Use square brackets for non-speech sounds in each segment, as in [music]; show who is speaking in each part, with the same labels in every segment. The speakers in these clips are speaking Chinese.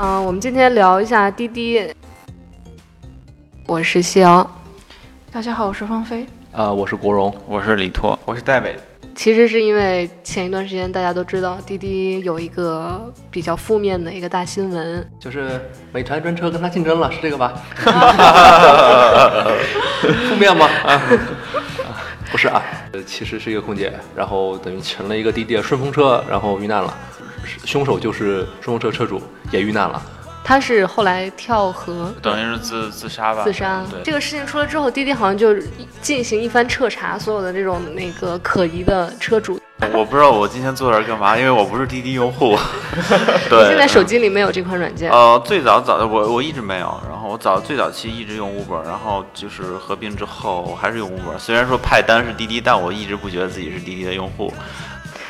Speaker 1: 嗯、我们今天聊一下滴滴。我是夕阳，
Speaker 2: 大家好，我是芳菲。
Speaker 3: 呃，我是国荣，
Speaker 4: 我是李拓，
Speaker 5: 我是戴伟，
Speaker 1: 其实是因为前一段时间大家都知道滴滴有一个比较负面的一个大新闻，
Speaker 3: 就是美团专车跟他竞争了，是这个 [laughs] 吧？负面吗？啊， [laughs] 不是啊，呃其实是一个空姐，然后等于乘了一个滴滴的顺风车，然后遇难了，凶手就是顺风车车主，也遇难了。
Speaker 1: 他是后来跳河
Speaker 4: 等于是自自杀吧？
Speaker 1: 自杀。
Speaker 4: 对，
Speaker 1: 这个事情出了之后，滴滴好像就进行一番彻查，所有的这种那个可疑的车主。
Speaker 4: 我不知道我今天坐这儿干嘛，因为我不是滴滴用户。 [laughs] 对，嗯
Speaker 1: 现在手机里没有这款软件。
Speaker 4: 呃，最早早的我我一直没有，然后我早最早期一直用 Uber，然后就是合并之后我还是用 Uber，虽然说派单是滴滴，但我一直不觉得自己是滴滴的用户。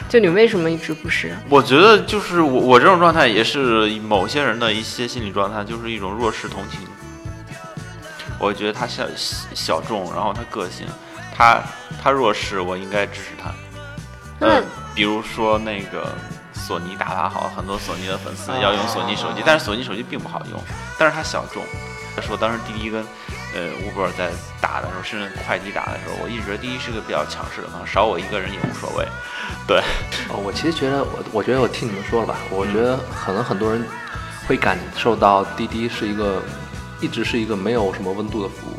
Speaker 1: 就你为什么一直不是？
Speaker 4: 我觉得就是我我这种状态也是某些人的一些心理状态，就是一种弱势同情。我觉得他小小众，然后他个性，他他弱势，我应该支持他。
Speaker 1: 那
Speaker 4: 嗯，比如说那个索尼打他好，很多索尼的粉
Speaker 2: 啊
Speaker 4: 丝要用索尼手机，但是索尼手机并不好用，但是它小众。再说当时滴滴跟呃 Uber 在打的时候，甚至快滴打的时候，我一直觉得滴滴是个比较强势的方式，少我一个人也无所谓。
Speaker 3: 哦，我其实觉得，我我觉得我听你们说了吧，我觉得可能很多人会感受到滴滴是一个一直是一个没有什么温度的服务，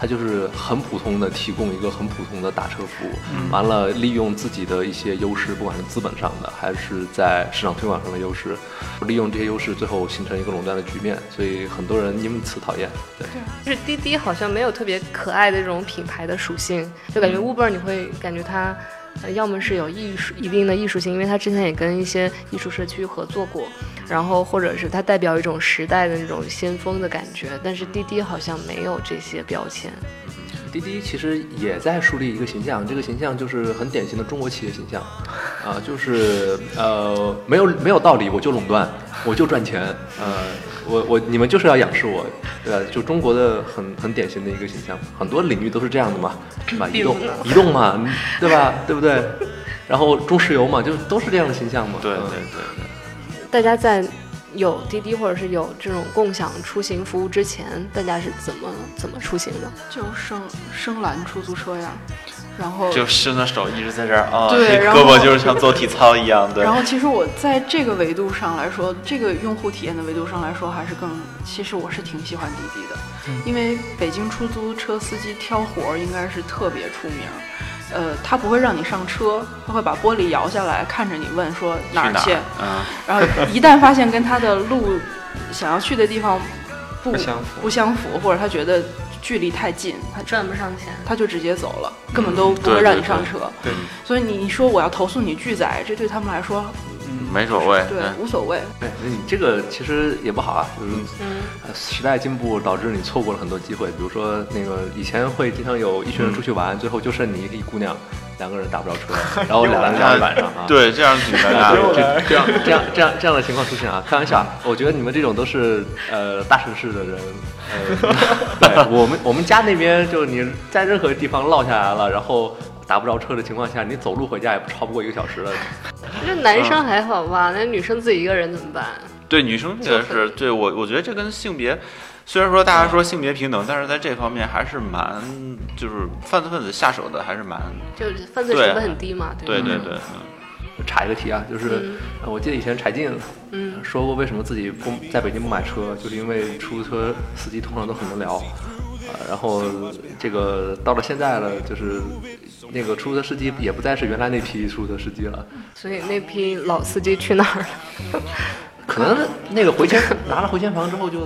Speaker 3: 它就是很普通的提供一个很普通的打车服务，完了利用自己的一些优势，不管是资本上的还是在市场推广上的优势，利用这些优势，最后形成一个垄断的局面，所以很多人因此讨厌。对，
Speaker 1: 就是滴滴好像没有特别可爱的这种品牌的属性，就感觉 Uber 你会感觉它，呃要么是有艺术一定的艺术性，因为它之前也跟一些艺术社区合作过，然后或者是它代表一种时代的那种先锋的感觉，但是滴滴好像没有这些标签。
Speaker 3: 滴滴其实也在树立一个形象，这个形象就是很典型的中国企业形象，啊、就是呃，没有没有道理，我就垄断，我就赚钱，呃，我我你们就是要仰视我，对吧？就中国的很很典型的一个形象，很多领域都是这样的嘛，对吧？移动移动嘛，嗯对吧？对不对？然后中石油嘛，就都是这样的形象嘛，
Speaker 4: 对
Speaker 3: 嗯
Speaker 4: 对对对。
Speaker 1: 大家在有滴滴或者是有这种共享出行服务之前，大家是怎么怎么出行的？
Speaker 2: 就深深蓝出租车呀，然后
Speaker 4: 就伸的手一直在这儿啊，
Speaker 2: 对
Speaker 4: 这
Speaker 2: 然
Speaker 4: 胳
Speaker 2: 后
Speaker 4: 膊就是像做体操一样，对
Speaker 2: 然。后其实我在这个维度上来说，这个用户体验的维度上来说，还是更，其实我是挺喜欢滴滴的，因为北京出租车司机挑活儿应该是特别出名儿。呃，他不会让你上车，他会把玻璃摇下来，看着你问说哪
Speaker 4: 去
Speaker 2: 儿
Speaker 4: 哪
Speaker 2: 去，
Speaker 4: 儿？嗯，
Speaker 2: 然后一旦发现跟他的路想要去的地方不
Speaker 5: 不相符
Speaker 2: 不相符，或者他觉得距离太近，他
Speaker 1: 赚不上钱。
Speaker 2: 他就直接走了，根本都不会
Speaker 4: 对
Speaker 2: 让
Speaker 4: 嗯对
Speaker 2: 你上
Speaker 4: 对
Speaker 2: 车。
Speaker 5: 对
Speaker 2: 所以你你说我要投诉你拒载，这对他们来说
Speaker 4: 没所谓。
Speaker 2: 对
Speaker 4: 嗯
Speaker 2: 无所谓。
Speaker 3: 对，哎那你这个其实也不好啊，就是呃时代进步导致你错过了很多机会，比如说那个以前会经常有一群人出去玩，最后就剩你一个一姑娘，两个人打不着车，然后俩人聊一晚上啊。
Speaker 4: 嗯对，这样挺尴
Speaker 3: [laughs] 啊，
Speaker 4: 尬
Speaker 3: 对
Speaker 4: 的。
Speaker 3: 这这样这样这样这样的情况出现啊！开玩笑啊，我觉得你们这种都是呃大城市的人，呃，对我们我们家那边就是你在任何地方落下来了，然后打不着车的情况下，你走路回家也不超不过一个小时了。
Speaker 1: 这男生还好吧？那女生自己一个人怎么办？
Speaker 4: 对女生这个是对我，我觉得这跟性别，虽然说大家说性别平等，但是在这方面还是蛮，就是犯罪分子下手的还是蛮，
Speaker 1: 就是犯罪成本很低嘛，
Speaker 4: 对
Speaker 1: 吧？
Speaker 4: 对嗯对，
Speaker 3: 插一个题啊，就是
Speaker 1: 嗯
Speaker 3: 呃我记得以前柴静
Speaker 1: 嗯
Speaker 3: 说过，为什么自己不在北京不买车，就是因为出租车司机通常都很能聊。呃，然后这个到了现在了，就是那个出租车司机也不再是原来那批出租车司机了，
Speaker 1: 所以那批老司机去哪儿了？
Speaker 3: 可能那个回迁拿了回迁房之后就，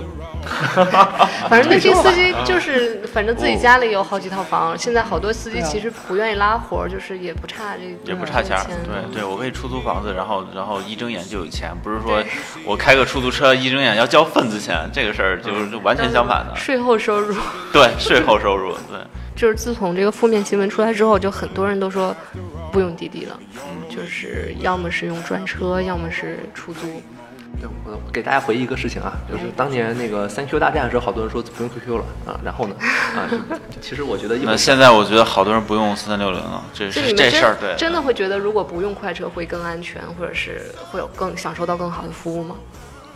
Speaker 4: 啊
Speaker 1: 反正那批司机就是，反正自己家里有好几套房。现在好多司机其实不愿意拉活儿，就是也不差这
Speaker 4: 也不差钱儿。对对，我可以出租房子，然后然后一睁眼就有钱，不是说我开个出租车一睁眼要交份子钱，这个事儿就是就完全相反的。
Speaker 1: 税后收入。
Speaker 4: 对，税后收入，对。
Speaker 1: 就是自从这个负面新闻出来之后，就很多人都说不用滴滴了，就是要么是用专车，要么是出租。
Speaker 3: 对我给大家回忆一个事情啊，
Speaker 1: 嗯
Speaker 3: 就是当年那个三 Q 大战的时候，好多人说不用 QQ 了啊，然后呢，啊，就其实我觉得一
Speaker 4: 那
Speaker 3: 本
Speaker 4: 现在我觉得好多人不用三三六零了，这
Speaker 1: 就是你们
Speaker 4: 这
Speaker 1: 真
Speaker 4: 事儿对。
Speaker 1: 真的会觉得，如果不用快车会更安全，或者是会有更享受到更好的服务吗？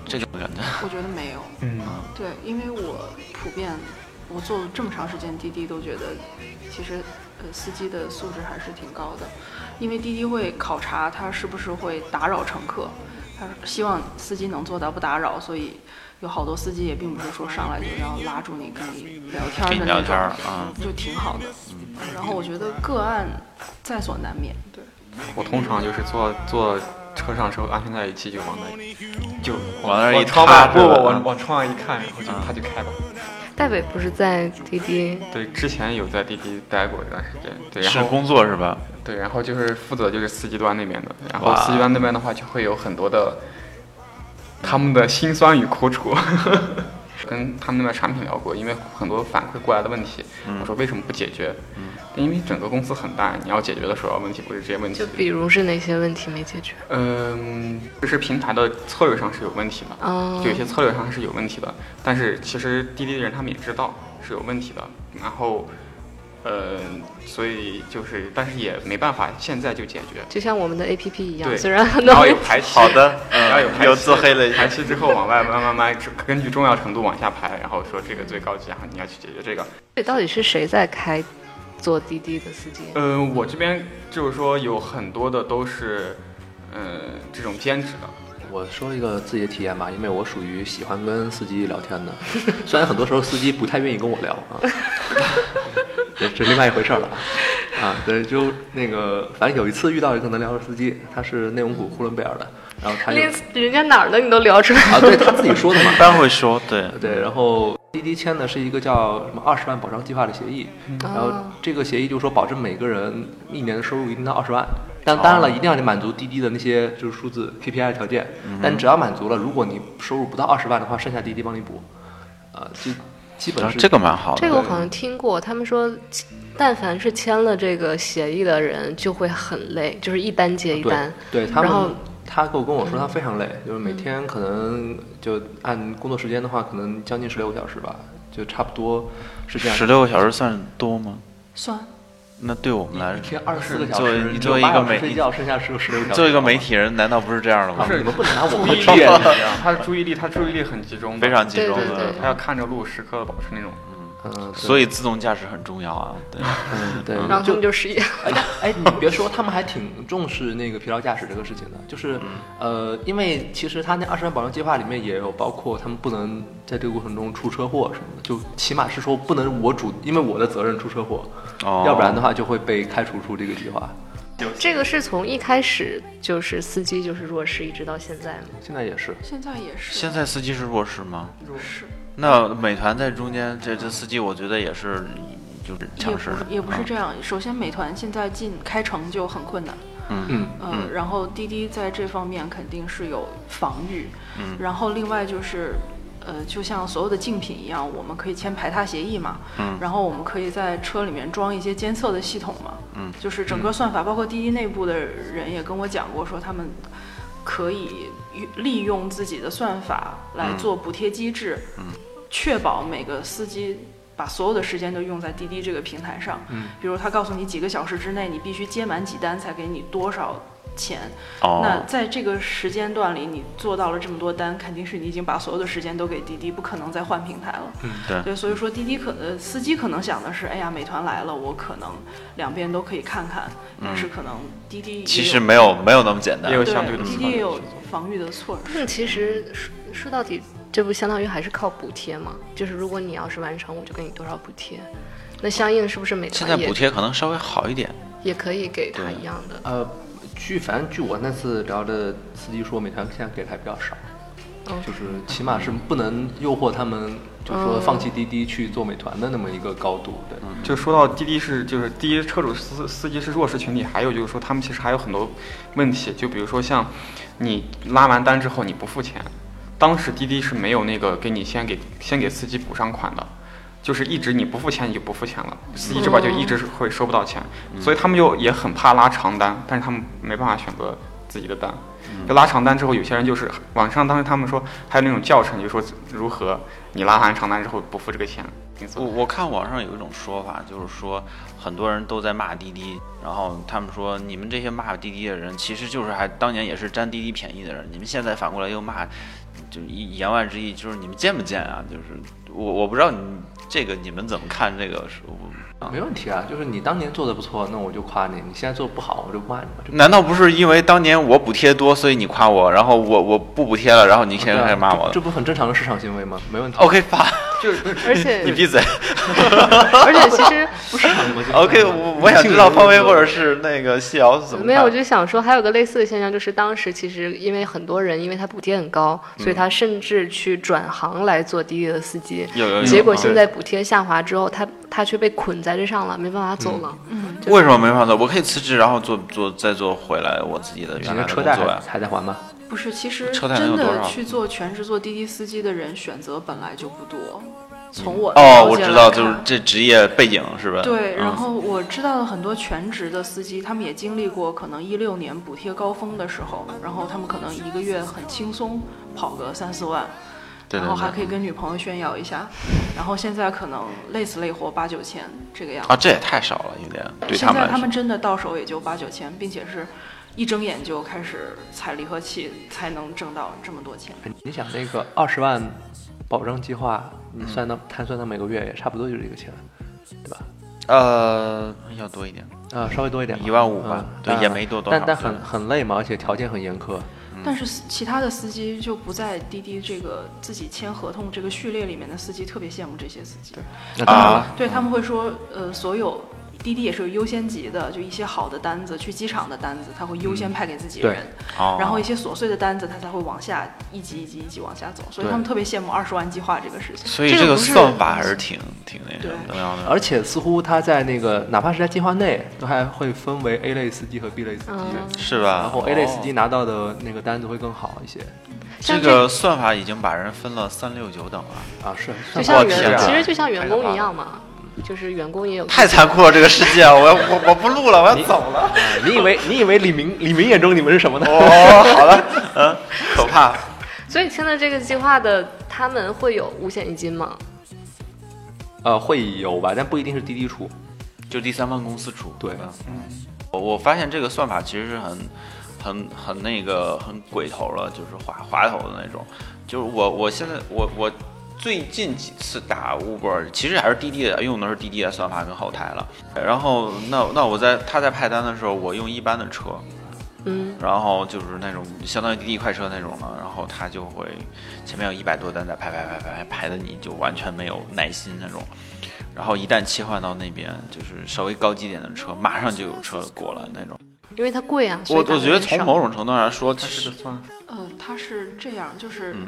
Speaker 4: 这种感觉。
Speaker 2: 我觉得没有，
Speaker 5: 嗯，
Speaker 2: 对，因为我普遍我坐这么长时间滴滴，都觉得其实呃司机的素质还是挺高的，因为滴滴会考察他是不是会打扰乘客，他希望司机能做到不打扰，所以有好多司机也并不是说上来就要拉住你跟你聊天
Speaker 4: 跟
Speaker 2: 儿
Speaker 4: 你
Speaker 2: 的
Speaker 4: 聊
Speaker 2: 那
Speaker 4: 天儿
Speaker 2: 种，
Speaker 4: 啊
Speaker 2: 就挺好的。然后我觉得个案在所难免，对，
Speaker 5: 我通常就是坐坐车上之后，安全带一系就往那就
Speaker 4: 往那儿一
Speaker 5: 我窗外
Speaker 4: 插
Speaker 5: 哎不
Speaker 4: 着
Speaker 5: 不
Speaker 4: 啊
Speaker 5: 往往窗外一看，我就它就开了。
Speaker 1: 戴伟不是在滴滴，
Speaker 5: 对，之前有在滴滴待过一段时间，对，然
Speaker 4: 是
Speaker 5: 后
Speaker 4: 工作是吧？
Speaker 5: 对，然后就是负责就是司机端那边的，然后
Speaker 4: 哇
Speaker 5: 司机端那边的话就会有很多的他们的辛酸与苦楚。 [laughs] 跟他们那边产品聊过，因为很多反馈过来的问题，我说为什么不解决？因为整个公司很大，你要解决的首要问题不是这些问题
Speaker 1: 就。比如是哪些问题没解决？
Speaker 5: 嗯，就是平台的策略上是有问题的，
Speaker 1: 哦
Speaker 5: 就有些策略上是有问题的，但是其实滴滴的人他们也知道是有问题的，然后，呃，所以就是，但是也没办法现在就解决，
Speaker 1: 就像我们的 A P P 一样，
Speaker 5: 对
Speaker 1: 虽然很多
Speaker 5: 然后有排期，
Speaker 4: 好，的，
Speaker 5: 然后有
Speaker 4: 嗯，
Speaker 5: 排
Speaker 4: 又
Speaker 5: 期
Speaker 4: 自黑了一下
Speaker 5: 排。期之后往外慢慢慢慢根据重要程度往下排，然后说这个最高级，然后你要去解决这个。
Speaker 1: 这到底是谁在开做滴滴的司机？
Speaker 5: 嗯、我这边就是说有很多的都是，嗯，这种兼职的。
Speaker 3: 我说一个自己的体验吧，因为我属于喜欢跟司机聊天的， [laughs] 虽然很多时候司机不太愿意跟我聊啊， [laughs] 这这另外一回事儿了啊啊，对，就那个，反正有一次遇到一个能聊的司机，他是内蒙古呼伦贝尔的，然后他有
Speaker 1: 连人家哪儿的你都聊出来
Speaker 3: 哎啊，对他自己说的嘛
Speaker 4: 一，般会说，对，
Speaker 3: 对，然后滴滴签的是一个叫什么二十万保障计划的协议，
Speaker 4: 嗯
Speaker 3: 然后
Speaker 1: 哦
Speaker 3: 这个协议就说保证每个人一年的收入一定到二十万，但
Speaker 4: 哦
Speaker 3: 当然了，一定要你满足滴滴的那些就是数字 KPI 条件，
Speaker 4: 嗯
Speaker 3: 但只要满足了，如果你收入不到二十万的话，剩下滴滴帮你补，啊，基基本
Speaker 4: 啊
Speaker 3: 是
Speaker 4: 这个蛮好
Speaker 1: [laughs]
Speaker 4: 的。
Speaker 1: 这个我好像听过，他们说，但凡是签了这个协议的人，就会很累，就是一单接一
Speaker 3: 对
Speaker 1: 单。
Speaker 3: 对他
Speaker 1: 然后嗯
Speaker 3: 们。他跟我跟我说，他非常累，就是每天可能就按工作时间的话，可能将近十六个小时吧，就差不多是这样。
Speaker 4: 十六个小时算多吗？
Speaker 2: 算
Speaker 4: 那对我们来
Speaker 3: 一
Speaker 4: 说，
Speaker 3: 天二十四个小
Speaker 4: 作为
Speaker 3: 时，
Speaker 4: 你
Speaker 3: 你
Speaker 4: 作为
Speaker 3: 有
Speaker 4: 一
Speaker 3: 八小
Speaker 4: 个
Speaker 3: 时
Speaker 4: 媒
Speaker 3: 睡
Speaker 4: 你
Speaker 3: 觉，剩下十有十六个小时。
Speaker 4: 作为一个媒体人，难道不是这样的吗
Speaker 3: 啊，？你们不能拿我
Speaker 5: 注
Speaker 3: 们
Speaker 4: [laughs]
Speaker 5: 意
Speaker 3: 职
Speaker 5: 力
Speaker 3: 业 [laughs]
Speaker 5: 也一样，他的注意力他注意力很集中的，
Speaker 4: 非常集中
Speaker 1: 对对
Speaker 4: 的
Speaker 1: 对，
Speaker 5: 他要看着路，时刻的保持那种。
Speaker 4: [laughs]
Speaker 3: 嗯，对
Speaker 4: 所以自动驾驶很重要啊。对，
Speaker 3: 嗯对，
Speaker 1: 然后他
Speaker 3: 就
Speaker 1: 们就失业。
Speaker 3: 哎哎，你别说，他们还挺重视那个疲劳驾驶这个事情的，
Speaker 4: 嗯
Speaker 3: 就是呃，因为其实他那二十万保障计划里面也有包括他们不能在这个过程中出车祸什么的，就起码是说不能我主，因为我的责任出车祸，
Speaker 4: 哦
Speaker 3: 要不然的话就会被开除出这个计划。
Speaker 1: [laughs] 这个是从一开始就是司机就是弱势，一直到现在吗？
Speaker 3: 现在也是，
Speaker 2: 现在也是，
Speaker 4: 现在司机是弱势吗？
Speaker 2: 是
Speaker 4: 那美团在中间，这这司机我觉得也是，就是
Speaker 2: 也
Speaker 4: 强
Speaker 2: 不
Speaker 4: 势
Speaker 2: 是
Speaker 4: 的，
Speaker 2: 也不是
Speaker 4: 嗯
Speaker 2: 这样。首先，美团现在进开城就很困难，
Speaker 3: 嗯，
Speaker 2: 呃，然后滴滴在这方面肯定是有防御，嗯，然后另外就是，呃，就像所有的竞品一样，我们可以签排他协议嘛，嗯，然后我们可以在车里面装一些监测的系统嘛，嗯，就是整个算法，包括滴滴内部的人也跟我讲过，说他们可以利用自己的算法来做补贴机制，嗯，确保每个司机。把所有的时间都用在滴滴这个平台上，嗯，比如他告诉你几个小时之内你必须接满几单才给你多少钱，那
Speaker 4: 哦，
Speaker 2: 在这个时间段里，你做到了这么多单，肯定是你已经把所有的时间都给滴滴，不可能再换平台了。嗯，
Speaker 4: 对
Speaker 2: 对，所以说滴滴可呃，司机可能想的是，哎呀，美团来了，我可能两边都可以看看，但是可能滴滴也
Speaker 4: 嗯其实没有没有那么简单
Speaker 5: 也。有
Speaker 2: 对
Speaker 5: 相对的
Speaker 2: 滴
Speaker 5: 策
Speaker 2: 滴
Speaker 5: 略
Speaker 2: 也有防御的措施。
Speaker 1: 那其实说说到底，这不相当于还是靠补贴嘛？就是如果你要是完成，我就给你多少补贴。那相应是不是美
Speaker 4: 现
Speaker 1: 团
Speaker 4: 在
Speaker 1: 也
Speaker 4: 补贴可能稍微好一点，
Speaker 1: 也可以给他
Speaker 4: 对
Speaker 1: 一样的？
Speaker 3: 呃，据反正据我那次聊的司机说，美团现在给的还比较少，
Speaker 1: 嗯
Speaker 3: 就是起码是不能诱惑他们，就是说放弃滴滴去做美团的那么一个高度。对，
Speaker 5: 就说到滴滴是，就是第一车主司司机是弱势群体，还有就是说他们其实还有很多问题，就比如说像你拉完单之后你不付钱，当时滴滴是没有那个给你先给先给司机补上款的，就是一直你不付钱你就不付钱了，司机这边就一直是会收不到钱，所以他们就也很怕拉长单，但是他们没办法选择自己的单。就拉长单之后，有些人就是网上当时他们说还有那种教程，就说如何你拉完长单之后不付这个钱，你
Speaker 4: 我
Speaker 5: 做
Speaker 4: 我看网上有一种说法，就是说很多人都在骂滴滴，然后他们说你们这些骂滴滴的人，其实就是还当年也是占滴滴便宜的人，你们现在反过来又骂就是一言外之意就是你们见不见啊？就是我我不知道你这个你们怎么看这个是我
Speaker 3: 没问题啊，就是你当年做的不错，那我就夸你；你现在做的不好，我就骂你嘛。就
Speaker 4: 难道不是因为当年我补贴多，所以你夸我，然后我我不补贴了，然后你现在开始骂我
Speaker 3: 啊这
Speaker 4: 哦了
Speaker 3: 这不很正常的市场行为吗？没
Speaker 1: 啊
Speaker 3: 问题。
Speaker 4: ？OK，发，
Speaker 1: 而且
Speaker 4: 你闭嘴。
Speaker 1: 而且其实
Speaker 3: 不是很多就
Speaker 4: OK，我我想
Speaker 3: [laughs]
Speaker 4: 知道方威或者是那个谢瑶 [laughs] 是怎么
Speaker 1: 没有，
Speaker 4: 看
Speaker 1: 我
Speaker 4: 的
Speaker 1: 就想说，还有个类似的现象，就是当时其实因为很多人，因为他补贴很高，
Speaker 4: 嗯
Speaker 1: 所以他甚至去转行来做滴滴的司机。
Speaker 4: 有有有
Speaker 1: 结果
Speaker 4: 啊
Speaker 1: 现在补贴下滑之后，他他却被捆在这上了，没办法走了。
Speaker 4: 为什么没办法做？我可以辞职，然后做做再做回来我自己的
Speaker 3: 你
Speaker 4: 原
Speaker 3: 那
Speaker 4: 来的
Speaker 3: 车
Speaker 4: 工
Speaker 3: 贷
Speaker 4: 作呀
Speaker 3: 还。还在还吗？
Speaker 2: 不是，其实
Speaker 4: 车贷
Speaker 2: 真
Speaker 4: 能有多
Speaker 2: 的
Speaker 4: 少
Speaker 2: 去做全职做滴滴司机的人选择本来就不多。从我的
Speaker 4: 哦，
Speaker 2: 了
Speaker 4: 我
Speaker 2: 解
Speaker 4: 知
Speaker 2: 来
Speaker 4: 道，就是
Speaker 2: 看
Speaker 4: 这职业背景是吧？
Speaker 2: 对，
Speaker 4: 嗯
Speaker 2: 然后我知道了很多全职的司机，他们也经历过可能一六年补贴高峰的时候，然后他们可能一个月很轻松跑个三四万，
Speaker 4: 对
Speaker 2: 然后还
Speaker 4: 对
Speaker 2: 可以跟女朋友炫耀一下，然后现在可能累死累活八九千这个样
Speaker 4: 对，啊，
Speaker 2: 子。
Speaker 4: 这也太少了，有点对
Speaker 2: 现
Speaker 4: 们
Speaker 2: 在
Speaker 4: 来
Speaker 2: 他
Speaker 4: 说
Speaker 2: 们。真的到手也就八九千，并且是一睁眼就开始踩离合器才能挣到这么多钱。
Speaker 3: 哎你想那个二十万保障计划，你
Speaker 4: 嗯
Speaker 3: 算到摊算到每个月也差不多就是这个钱，对吧？
Speaker 4: 呃要多一点，
Speaker 3: 啊，稍微多一点吧，
Speaker 4: 一万五吧
Speaker 3: 嗯
Speaker 4: 对
Speaker 3: 当
Speaker 4: 也
Speaker 3: 然
Speaker 4: 没多多
Speaker 3: 但
Speaker 4: 少
Speaker 3: 但
Speaker 4: 对
Speaker 3: 很很累嘛，而且条件很严苛。
Speaker 4: 嗯
Speaker 2: 但是司其他的司机就不在滴滴这个自己签合同这个序列里面的司机，特别羡慕这些司机。
Speaker 3: 那
Speaker 4: 啊
Speaker 3: 当然
Speaker 2: 对他们会说，呃，所有滴滴也是有优先级的，就一些好的单子，去机场的单子，他会优先派给自己
Speaker 3: 对
Speaker 2: 人，
Speaker 4: 哦
Speaker 2: 然后一些琐碎的单子，他才会往下一级一级一级往下走。所以
Speaker 3: 对
Speaker 2: 他们特别羡慕二十万计划这个事情。
Speaker 4: 所以
Speaker 1: 这
Speaker 4: 这
Speaker 1: 个
Speaker 4: 个
Speaker 1: 不是
Speaker 4: 算法还是挺挺那什么
Speaker 2: 对
Speaker 4: 的。
Speaker 3: 而且似乎他在那个哪怕是在计划内，都还会分为 A 类司机和 B 类司机，
Speaker 1: 嗯，
Speaker 4: 是吧？
Speaker 3: 然后 A 类司机
Speaker 4: 哦
Speaker 3: 拿到的那个单子会更好一些
Speaker 4: 这
Speaker 1: 像
Speaker 4: 个算法已经把人分了三六九等了，
Speaker 3: 啊，是
Speaker 1: 就
Speaker 3: 算
Speaker 4: 我
Speaker 1: 像
Speaker 4: 天
Speaker 1: 员，
Speaker 4: 哪
Speaker 1: 其实就像员工一样嘛，就是员工也有
Speaker 4: 太残酷了这个世界，我要我我不录了，我要走了。
Speaker 3: 你以为你以为李明李明眼中你们是什么呢？
Speaker 4: 哦，好了，嗯，可怕。
Speaker 1: 所以签了这个计划的，他们会有五险一金吗？
Speaker 3: 呃，会有吧，但不一定是滴滴出。
Speaker 4: 就第三方公司出。
Speaker 3: 对
Speaker 4: 嗯，我我发现这个算法其实是很、很、很那个、很鬼头了，就是滑滑头的那种。就是我我现在我我最近几次打 Uber，其实还是滴滴的，用的是滴滴的算法跟后台了。然后那那我在他在派单的时候，我用一般的车，
Speaker 1: 嗯，
Speaker 4: 然后就是那种相当于滴滴快车那种了，然后他就会前面有一百多单在排排排排排排的，你就完全没有耐心那种。然后一旦切换到那边，就是稍微高级点的车，马上就有车过来那种。
Speaker 1: 因为它贵啊。所
Speaker 4: 我
Speaker 1: 以它
Speaker 4: 我觉得
Speaker 1: 很少
Speaker 4: 从某种程度上来说，
Speaker 5: 它
Speaker 4: 其
Speaker 5: 是
Speaker 4: 实
Speaker 5: 个算法，
Speaker 2: 呃，他是这样，就是。
Speaker 4: 嗯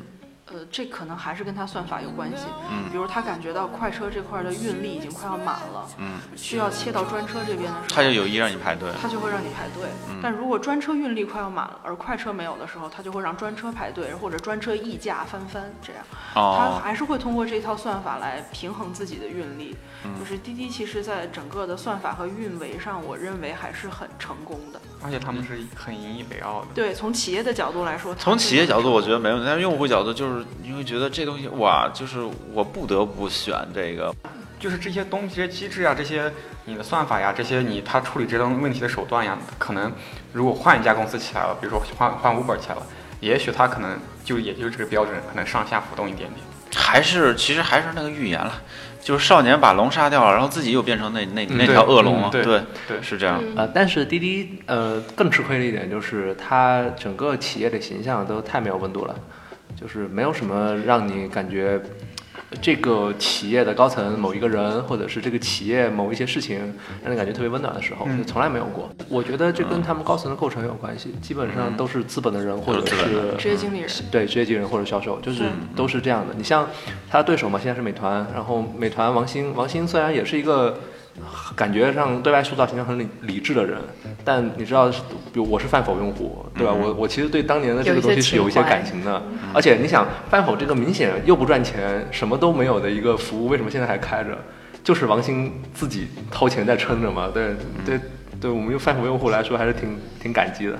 Speaker 2: 呃，这可能还是跟他算法有关系。比如他感觉到快车这块的运力已经快要满了，
Speaker 4: 嗯，
Speaker 2: 需要切到专车这边的时候，
Speaker 4: 他就有意让你排队。
Speaker 2: 他就会让你排队。
Speaker 4: 嗯
Speaker 2: 但如果专车运力快要满了，而快车没有的时候，他就会让专车排队，或者专车溢价翻番这样。他
Speaker 4: 哦，
Speaker 2: 还是会通过这套算法来平衡自己的运力。
Speaker 4: 嗯
Speaker 2: 就是滴滴其实在整个的算法和运维上，我认为还是很成功的。
Speaker 5: 而且他们是很引以为傲的。
Speaker 2: 对，从企业的角度来说，他
Speaker 4: 从
Speaker 2: 们
Speaker 4: 企业角度我觉得没问题，但是用户角度就是你会觉得这东西哇，就是我不得不选这个。
Speaker 5: 就是这些东西、这些机制啊，这些你的算法呀，这些你它处理这种问题的手段呀，可能如果换一家公司起来了，比如说换换 Uber 起来了，也许它可能就也就是这个标准，可能上下浮动一点点。
Speaker 4: 还是其实还是那个预言了，就是少年把龙杀掉了，然后自己又变成那那
Speaker 3: 嗯
Speaker 4: 那条
Speaker 5: 对
Speaker 4: 恶龙了。
Speaker 5: 嗯对
Speaker 4: 对
Speaker 5: 对
Speaker 4: 是这样。
Speaker 1: 嗯
Speaker 3: 呃，但是滴滴呃更吃亏的一点就是它整个企业的形象都太没有温度了，就是没有什么让你感觉这个企业的高层某一个人，或者是这个企业某一些事情让你感觉特别温暖的时候，
Speaker 5: 嗯
Speaker 3: 就从来没有过。我觉得这跟他们高层的构成有关系，基本上都是资本的人或者
Speaker 4: 嗯都是资本
Speaker 3: 是
Speaker 2: 职业经理人。
Speaker 3: 对职业经理人嗯或者销售，就是
Speaker 2: 对
Speaker 3: 都是这样的。你像他的对手嘛，现在是美团，然后美团王兴，王兴虽然也是一个感觉上对外塑造形象很理理智的人，但你知道，比如我是饭否用户，对吧？我我其实对当年的这个东西是有一些感情的，而且你想饭否这个明显又不赚钱，什么都没有的一个服务，为什么现在还开着？就是王兴自己掏钱在撑着嘛，对对对，我们用饭否用户来说还是挺挺感激的。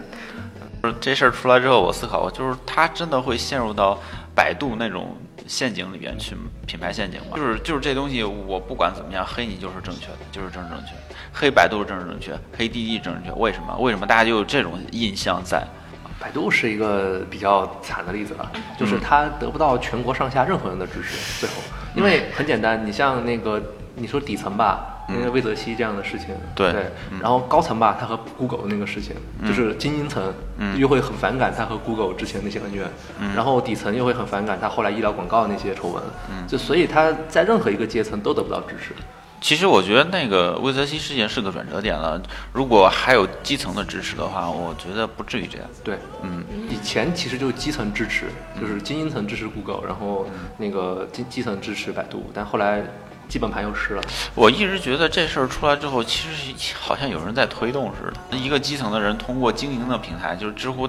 Speaker 4: 就是这事儿出来之后，我思考，就是他真的会陷入到百度那种陷阱里边去，品牌陷阱吗？就是就是这东西，我不管怎么样，黑你就是正确的，就是正正确，黑百度是正正确，黑滴滴正正确，为什么？为什么大家就有这种印象在？
Speaker 3: 百度是一个比较惨的例子了，就是它得不到全国上下任何人的支持，最后，因为很简单，你像那个你说底层吧，那个魏则西这样的事情，
Speaker 4: 对
Speaker 3: 对，然后高层吧，他和 Google 那个事情，就是精英层又会很反感他和 Google 之前那些恩怨，然后底层又会很反感他后来医疗广告那些丑闻，就所以他在任何一个阶层都得不到支持，
Speaker 4: 其实我觉得那个魏则西事件是个转折点了，如果还有基层的支持的话，我觉得不至于这样。
Speaker 3: 对，
Speaker 4: 嗯，
Speaker 3: 以前其实就是基层支持，就是精英层支持 Google，然后那个基基层支持百度，但后来基本盘又失了。
Speaker 4: 我一直觉得这事儿出来之后，其实好像有人在推动似的。一个基层的人通过经营的平台，就是知乎，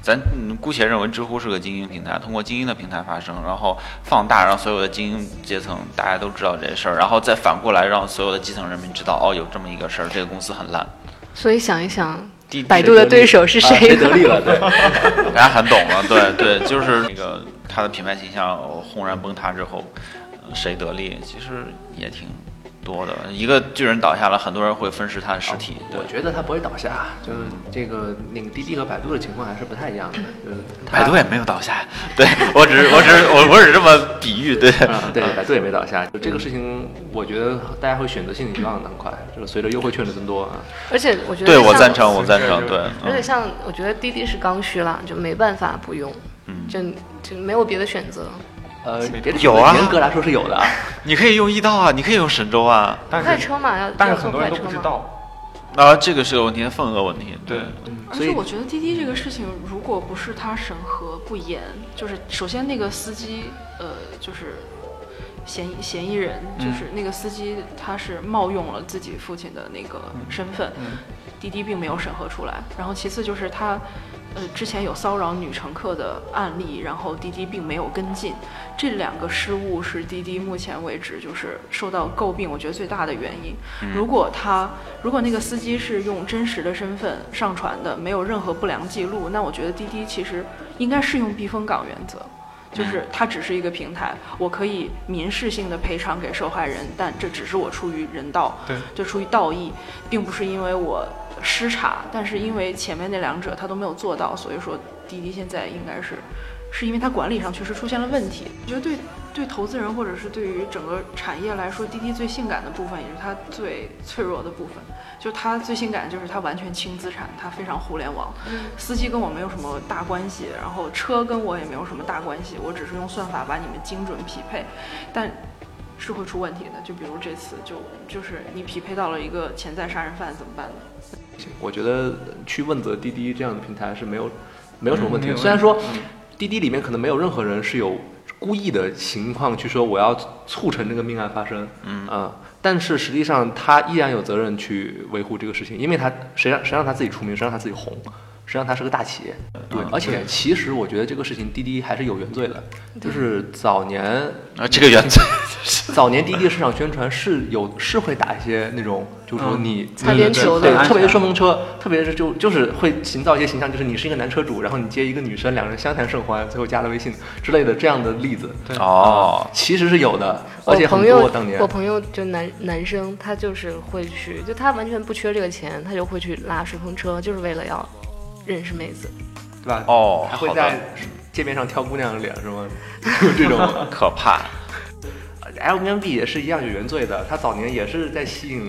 Speaker 4: 咱嗯姑且认为知乎是个精英平台，通过精英的平台发声，然后放大，让所有的精英阶层大家都知道这事儿，然后再反过来让所有的基层人民知道，哦，有这么一个事儿，这个公司很烂，
Speaker 1: 所以想一想
Speaker 4: 滴滴，
Speaker 1: 百度的对手是
Speaker 3: 啊谁
Speaker 1: 谁？
Speaker 3: 得利了？对，
Speaker 4: 大家很懂了。对对，就是那个他的品牌形象轰然崩塌之后，呃谁得利，其实也挺多的。一个巨人倒下了，很多人会分尸他的尸体。
Speaker 3: [laughs]
Speaker 4: 对
Speaker 3: 我觉得它不会倒下，就是这个那个滴滴和百度的情况还是不太一样的，
Speaker 1: 嗯
Speaker 3: 就是它
Speaker 4: 百度也没有倒下，对我只是我只是我我只是这么比喻，对，
Speaker 3: 啊，对，百度也没倒下。就这个事情，我觉得大家会选择性遗忘的很快，就是随着优惠券的增多啊，
Speaker 1: [laughs] 而且我觉得
Speaker 4: 对我
Speaker 1: 像
Speaker 4: 赞成，我赞成，对，
Speaker 1: 而且
Speaker 4: 嗯
Speaker 1: 像我觉得滴滴是刚需了，就没办法不用，
Speaker 4: 嗯
Speaker 1: 就就没有别的选择。
Speaker 3: 呃，别的
Speaker 4: 有啊
Speaker 3: 严格来说是有的啊，
Speaker 4: 你可以用易到啊，你可以用神州啊，
Speaker 5: 但
Speaker 1: 快
Speaker 5: 是
Speaker 1: 车嘛，要
Speaker 5: 但是
Speaker 1: 要坐
Speaker 5: 很多人
Speaker 1: 快车
Speaker 5: 都不知
Speaker 1: 嘛
Speaker 5: 道，
Speaker 4: 啊，这个是个问题，份额问题，对
Speaker 5: 对，
Speaker 2: 嗯而
Speaker 3: 所
Speaker 2: 且
Speaker 3: 以
Speaker 2: 我觉得滴滴这个事情，如果不是他审核不严，就是首先那个司机，呃，就是嫌疑嫌疑人，就是
Speaker 3: 嗯
Speaker 2: 那个司机他是冒用了自己父亲的那个
Speaker 3: 嗯
Speaker 2: 身份，滴滴并没有审核出来。然后其次就是他，呃，之前有骚扰女乘客的案例，然后滴滴并没有跟进，这两个失误是滴滴目前为止就是受到诟病，我觉得最大的原因。如果他如果那个司机是用真实的身份上传的，没有任何不良记录，那我觉得滴滴其实应该适用避风港原则。就是它只是一个平台，我可以民事性的赔偿给受害人，但这只是我出于人道，
Speaker 5: 对
Speaker 2: 就出于道义，并不是因为我失察，但是因为前面那两者他都没有做到，所以说滴滴现在应该是，是因为它管理上确实出现了问题。我觉得对对投资人或者是对于整个产业来说，滴滴最性感的部分也是它最脆弱的部分，就是它最性感的就是它完全轻资产，它非常互联网，
Speaker 3: 嗯
Speaker 2: 司机跟我没有什么大关系，然后车跟我也没有什么大关系，我只是用算法把你们精准匹配，但是会出问题的。就比如这次就就是你匹配到了一个潜在杀人犯怎么办呢？
Speaker 3: 我觉得去问责滴滴这样的平台是没有没有什么问题的。
Speaker 5: 嗯没有
Speaker 3: 虽然说滴滴里面可能没有任何人是有故意的情况去说我要促成这个命案发生，嗯但是实际上他依然有责任去维护这个事情，因为他谁让谁让他自己出名，谁让他自己红。谁让他是个大企业，嗯对，而且其实我觉得这个事情滴滴还是有原罪的，就是早年
Speaker 4: 啊，这个原则，
Speaker 3: 早年滴滴市场宣传是有是会打一些那种，就是说你
Speaker 1: 嗯擦边球
Speaker 3: 对
Speaker 1: 的，
Speaker 3: 特别是顺风车，特别是就就是会营造一些形象，就是你是一个男车主，然后你接一个女生，两人相谈甚欢，最后加了微信之类的这样的例子。对
Speaker 4: 哦，
Speaker 3: 其实是有的，而
Speaker 1: 我
Speaker 3: 且很
Speaker 1: 朋
Speaker 3: 多
Speaker 1: 友
Speaker 3: 当年，
Speaker 1: 我朋友就男男生，他就是会去，就他完全不缺这个钱，他就会去拉顺风车，就是为了要认识妹子。
Speaker 3: 对吧？
Speaker 4: 哦
Speaker 3: 还会
Speaker 4: 好的
Speaker 3: 在街边上挑姑娘的脸是吗？ [laughs] 这种
Speaker 4: 可怕，
Speaker 3: Airbnb 也是一样有原罪的，他早年也是在吸引，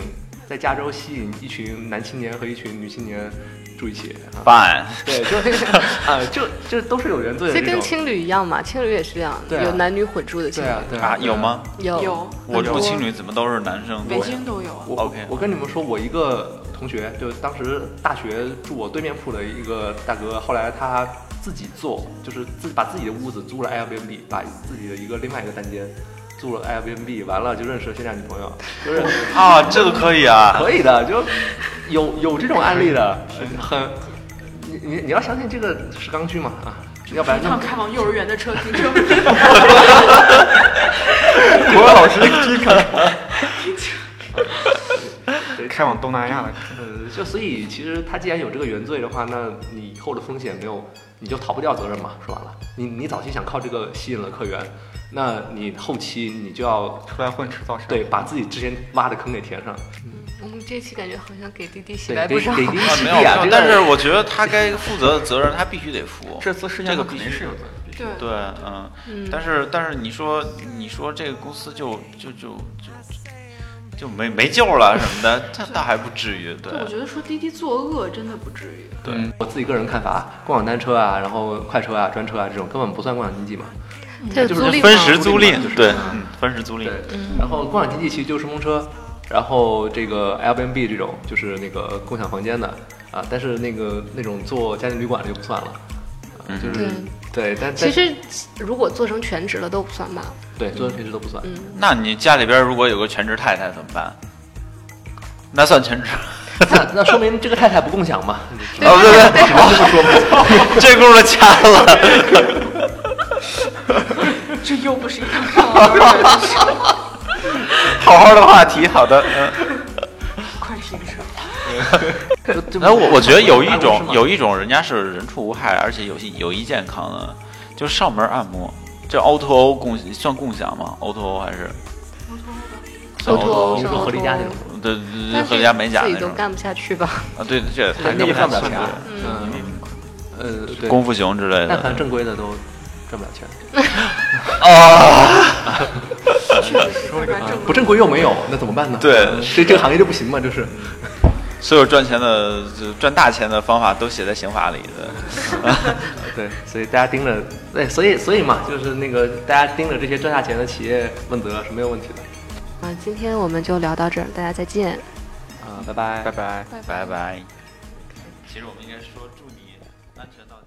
Speaker 3: 在加州吸引一群男青年和一群女青年住一起啊。
Speaker 4: 办，
Speaker 3: [laughs] 对，就啊，就就都是有原罪的
Speaker 1: 所
Speaker 3: 这
Speaker 1: 以
Speaker 3: 种。
Speaker 1: 跟青旅一样嘛，青旅也是这样，
Speaker 3: 对啊
Speaker 1: 有男女混住的青
Speaker 3: 对
Speaker 1: 旅。
Speaker 3: 啊，对
Speaker 4: 啊，有？吗？
Speaker 1: 有
Speaker 2: 有，
Speaker 4: 我
Speaker 1: 很
Speaker 4: 住
Speaker 1: 多
Speaker 4: 青旅怎么都是男生？
Speaker 2: 北京都有啊。
Speaker 3: 我
Speaker 4: OK
Speaker 3: 我跟你们说，我一个同学，就当时大学住我对面铺的一个大哥，后来他自己做，就是自己把自己的屋子租了 Airbnb，把自己的一个另外一个单间租了 Airbnb，完了就认识了现在女朋友，就是
Speaker 4: 啊，这个可以啊，
Speaker 3: 可以的，就
Speaker 4: [laughs]
Speaker 3: 有有这种案例的，很你你你要相信这个是刚需嘛啊，要不然
Speaker 2: 一
Speaker 3: 就
Speaker 2: 趟开往幼儿园的车停车，
Speaker 5: 国文老师这个开往东南亚了。
Speaker 3: 呃，就所以其实他既然有这个原罪的话，那你以后的风险没有，你就逃不掉责任嘛。说完了，你你早期想靠这个吸引了客源，那你后期你就要
Speaker 5: 出来混吃造啥？
Speaker 3: 对把自己之前挖的坑给填上。
Speaker 1: 我们嗯这期感觉好像给滴滴洗
Speaker 3: 对
Speaker 1: 白不
Speaker 3: 给
Speaker 1: 少。
Speaker 3: 给滴滴
Speaker 4: 啊
Speaker 3: 洗
Speaker 4: 没
Speaker 3: 地啊
Speaker 4: 有，
Speaker 3: 这
Speaker 4: 但是
Speaker 3: 个
Speaker 4: 我觉得他该负责的责任他必须得负。
Speaker 5: 这次事件
Speaker 4: 这个
Speaker 5: 肯
Speaker 4: 必
Speaker 5: 定
Speaker 4: 须
Speaker 5: 是有
Speaker 4: 的
Speaker 5: 的，必
Speaker 2: [laughs]
Speaker 5: 须
Speaker 2: 对
Speaker 4: 对，嗯，
Speaker 1: 嗯
Speaker 4: 但是但是你说你说这个公司就就就就就没没救了什么 [laughs] 的，这倒还不至于。对
Speaker 2: 对，，我觉得说滴滴作恶真的不至于。
Speaker 4: 对
Speaker 5: 嗯
Speaker 3: 我自己个人看法，共享单车啊，然后快车啊、专车啊这种根本不算共享经济嘛。
Speaker 1: 它有
Speaker 3: 就是
Speaker 1: 租赁
Speaker 4: 分
Speaker 1: 吗
Speaker 4: 时租赁
Speaker 3: 就是，
Speaker 4: 对，嗯，分时租赁
Speaker 3: 对，，然后共享经济其实就是顺风车，然后这个 Airbnb 这种就是那个共享房间的啊，但是那个那种做家庭旅馆的就不算了，啊
Speaker 4: 嗯
Speaker 3: 就是对，但
Speaker 1: 其实如果做成全职了都不算吧。
Speaker 3: 但对做的平时都不算，
Speaker 1: 嗯，
Speaker 4: 那你家里边如果有个全职太太怎么办？那算全职？
Speaker 3: 那那说明这个太太不共享嘛？
Speaker 1: 对
Speaker 4: 哦，对 [laughs]
Speaker 3: 只能这么说嘛。
Speaker 4: 对，这轱辘掐了。
Speaker 2: 这又不是一个棒的事，
Speaker 4: 好好的话题，好的。嗯
Speaker 2: [laughs] 快停车！
Speaker 3: 就就
Speaker 4: [laughs] 哎，我我觉得有一
Speaker 3: 办公室
Speaker 4: 种
Speaker 3: 嘛
Speaker 4: 有一种人家是人畜无害，而且有益有益健康的，就上门按摩。这 O to O 共算共享吗？O to O 还是算
Speaker 1: O2O
Speaker 3: 你
Speaker 1: 是
Speaker 3: 说合力家那种，
Speaker 4: 对对对，
Speaker 1: 但
Speaker 4: 和
Speaker 1: 是
Speaker 4: 嗯家美甲
Speaker 1: 自己
Speaker 4: 那
Speaker 1: 都
Speaker 4: 种
Speaker 1: 干不下去吧？
Speaker 4: 啊，对，这也太
Speaker 3: 人家也
Speaker 4: 太
Speaker 3: 赚不了
Speaker 4: 算
Speaker 3: 钱啊，嗯呃
Speaker 4: 对
Speaker 3: 对，
Speaker 4: 功夫熊之类
Speaker 3: [laughs] 但凡
Speaker 4: 的。
Speaker 3: 正规的都赚不了钱，
Speaker 4: 哦
Speaker 2: 确实是非常正
Speaker 3: 不正规又没有，那怎么办呢？
Speaker 4: 对
Speaker 3: 这这个行业就不行嘛，就是。
Speaker 4: 所有赚钱的、就赚大钱的方法都写在刑法里的。
Speaker 3: 对，所以大家盯着，对，所以所以嘛，就是那个大家盯着这些赚大钱的企业问责是没有问题的。
Speaker 1: 啊，今天我们就聊到这儿，大家再见。
Speaker 3: 啊、拜拜
Speaker 5: 拜拜。
Speaker 4: 拜拜。其实我们应该说祝你安全到家。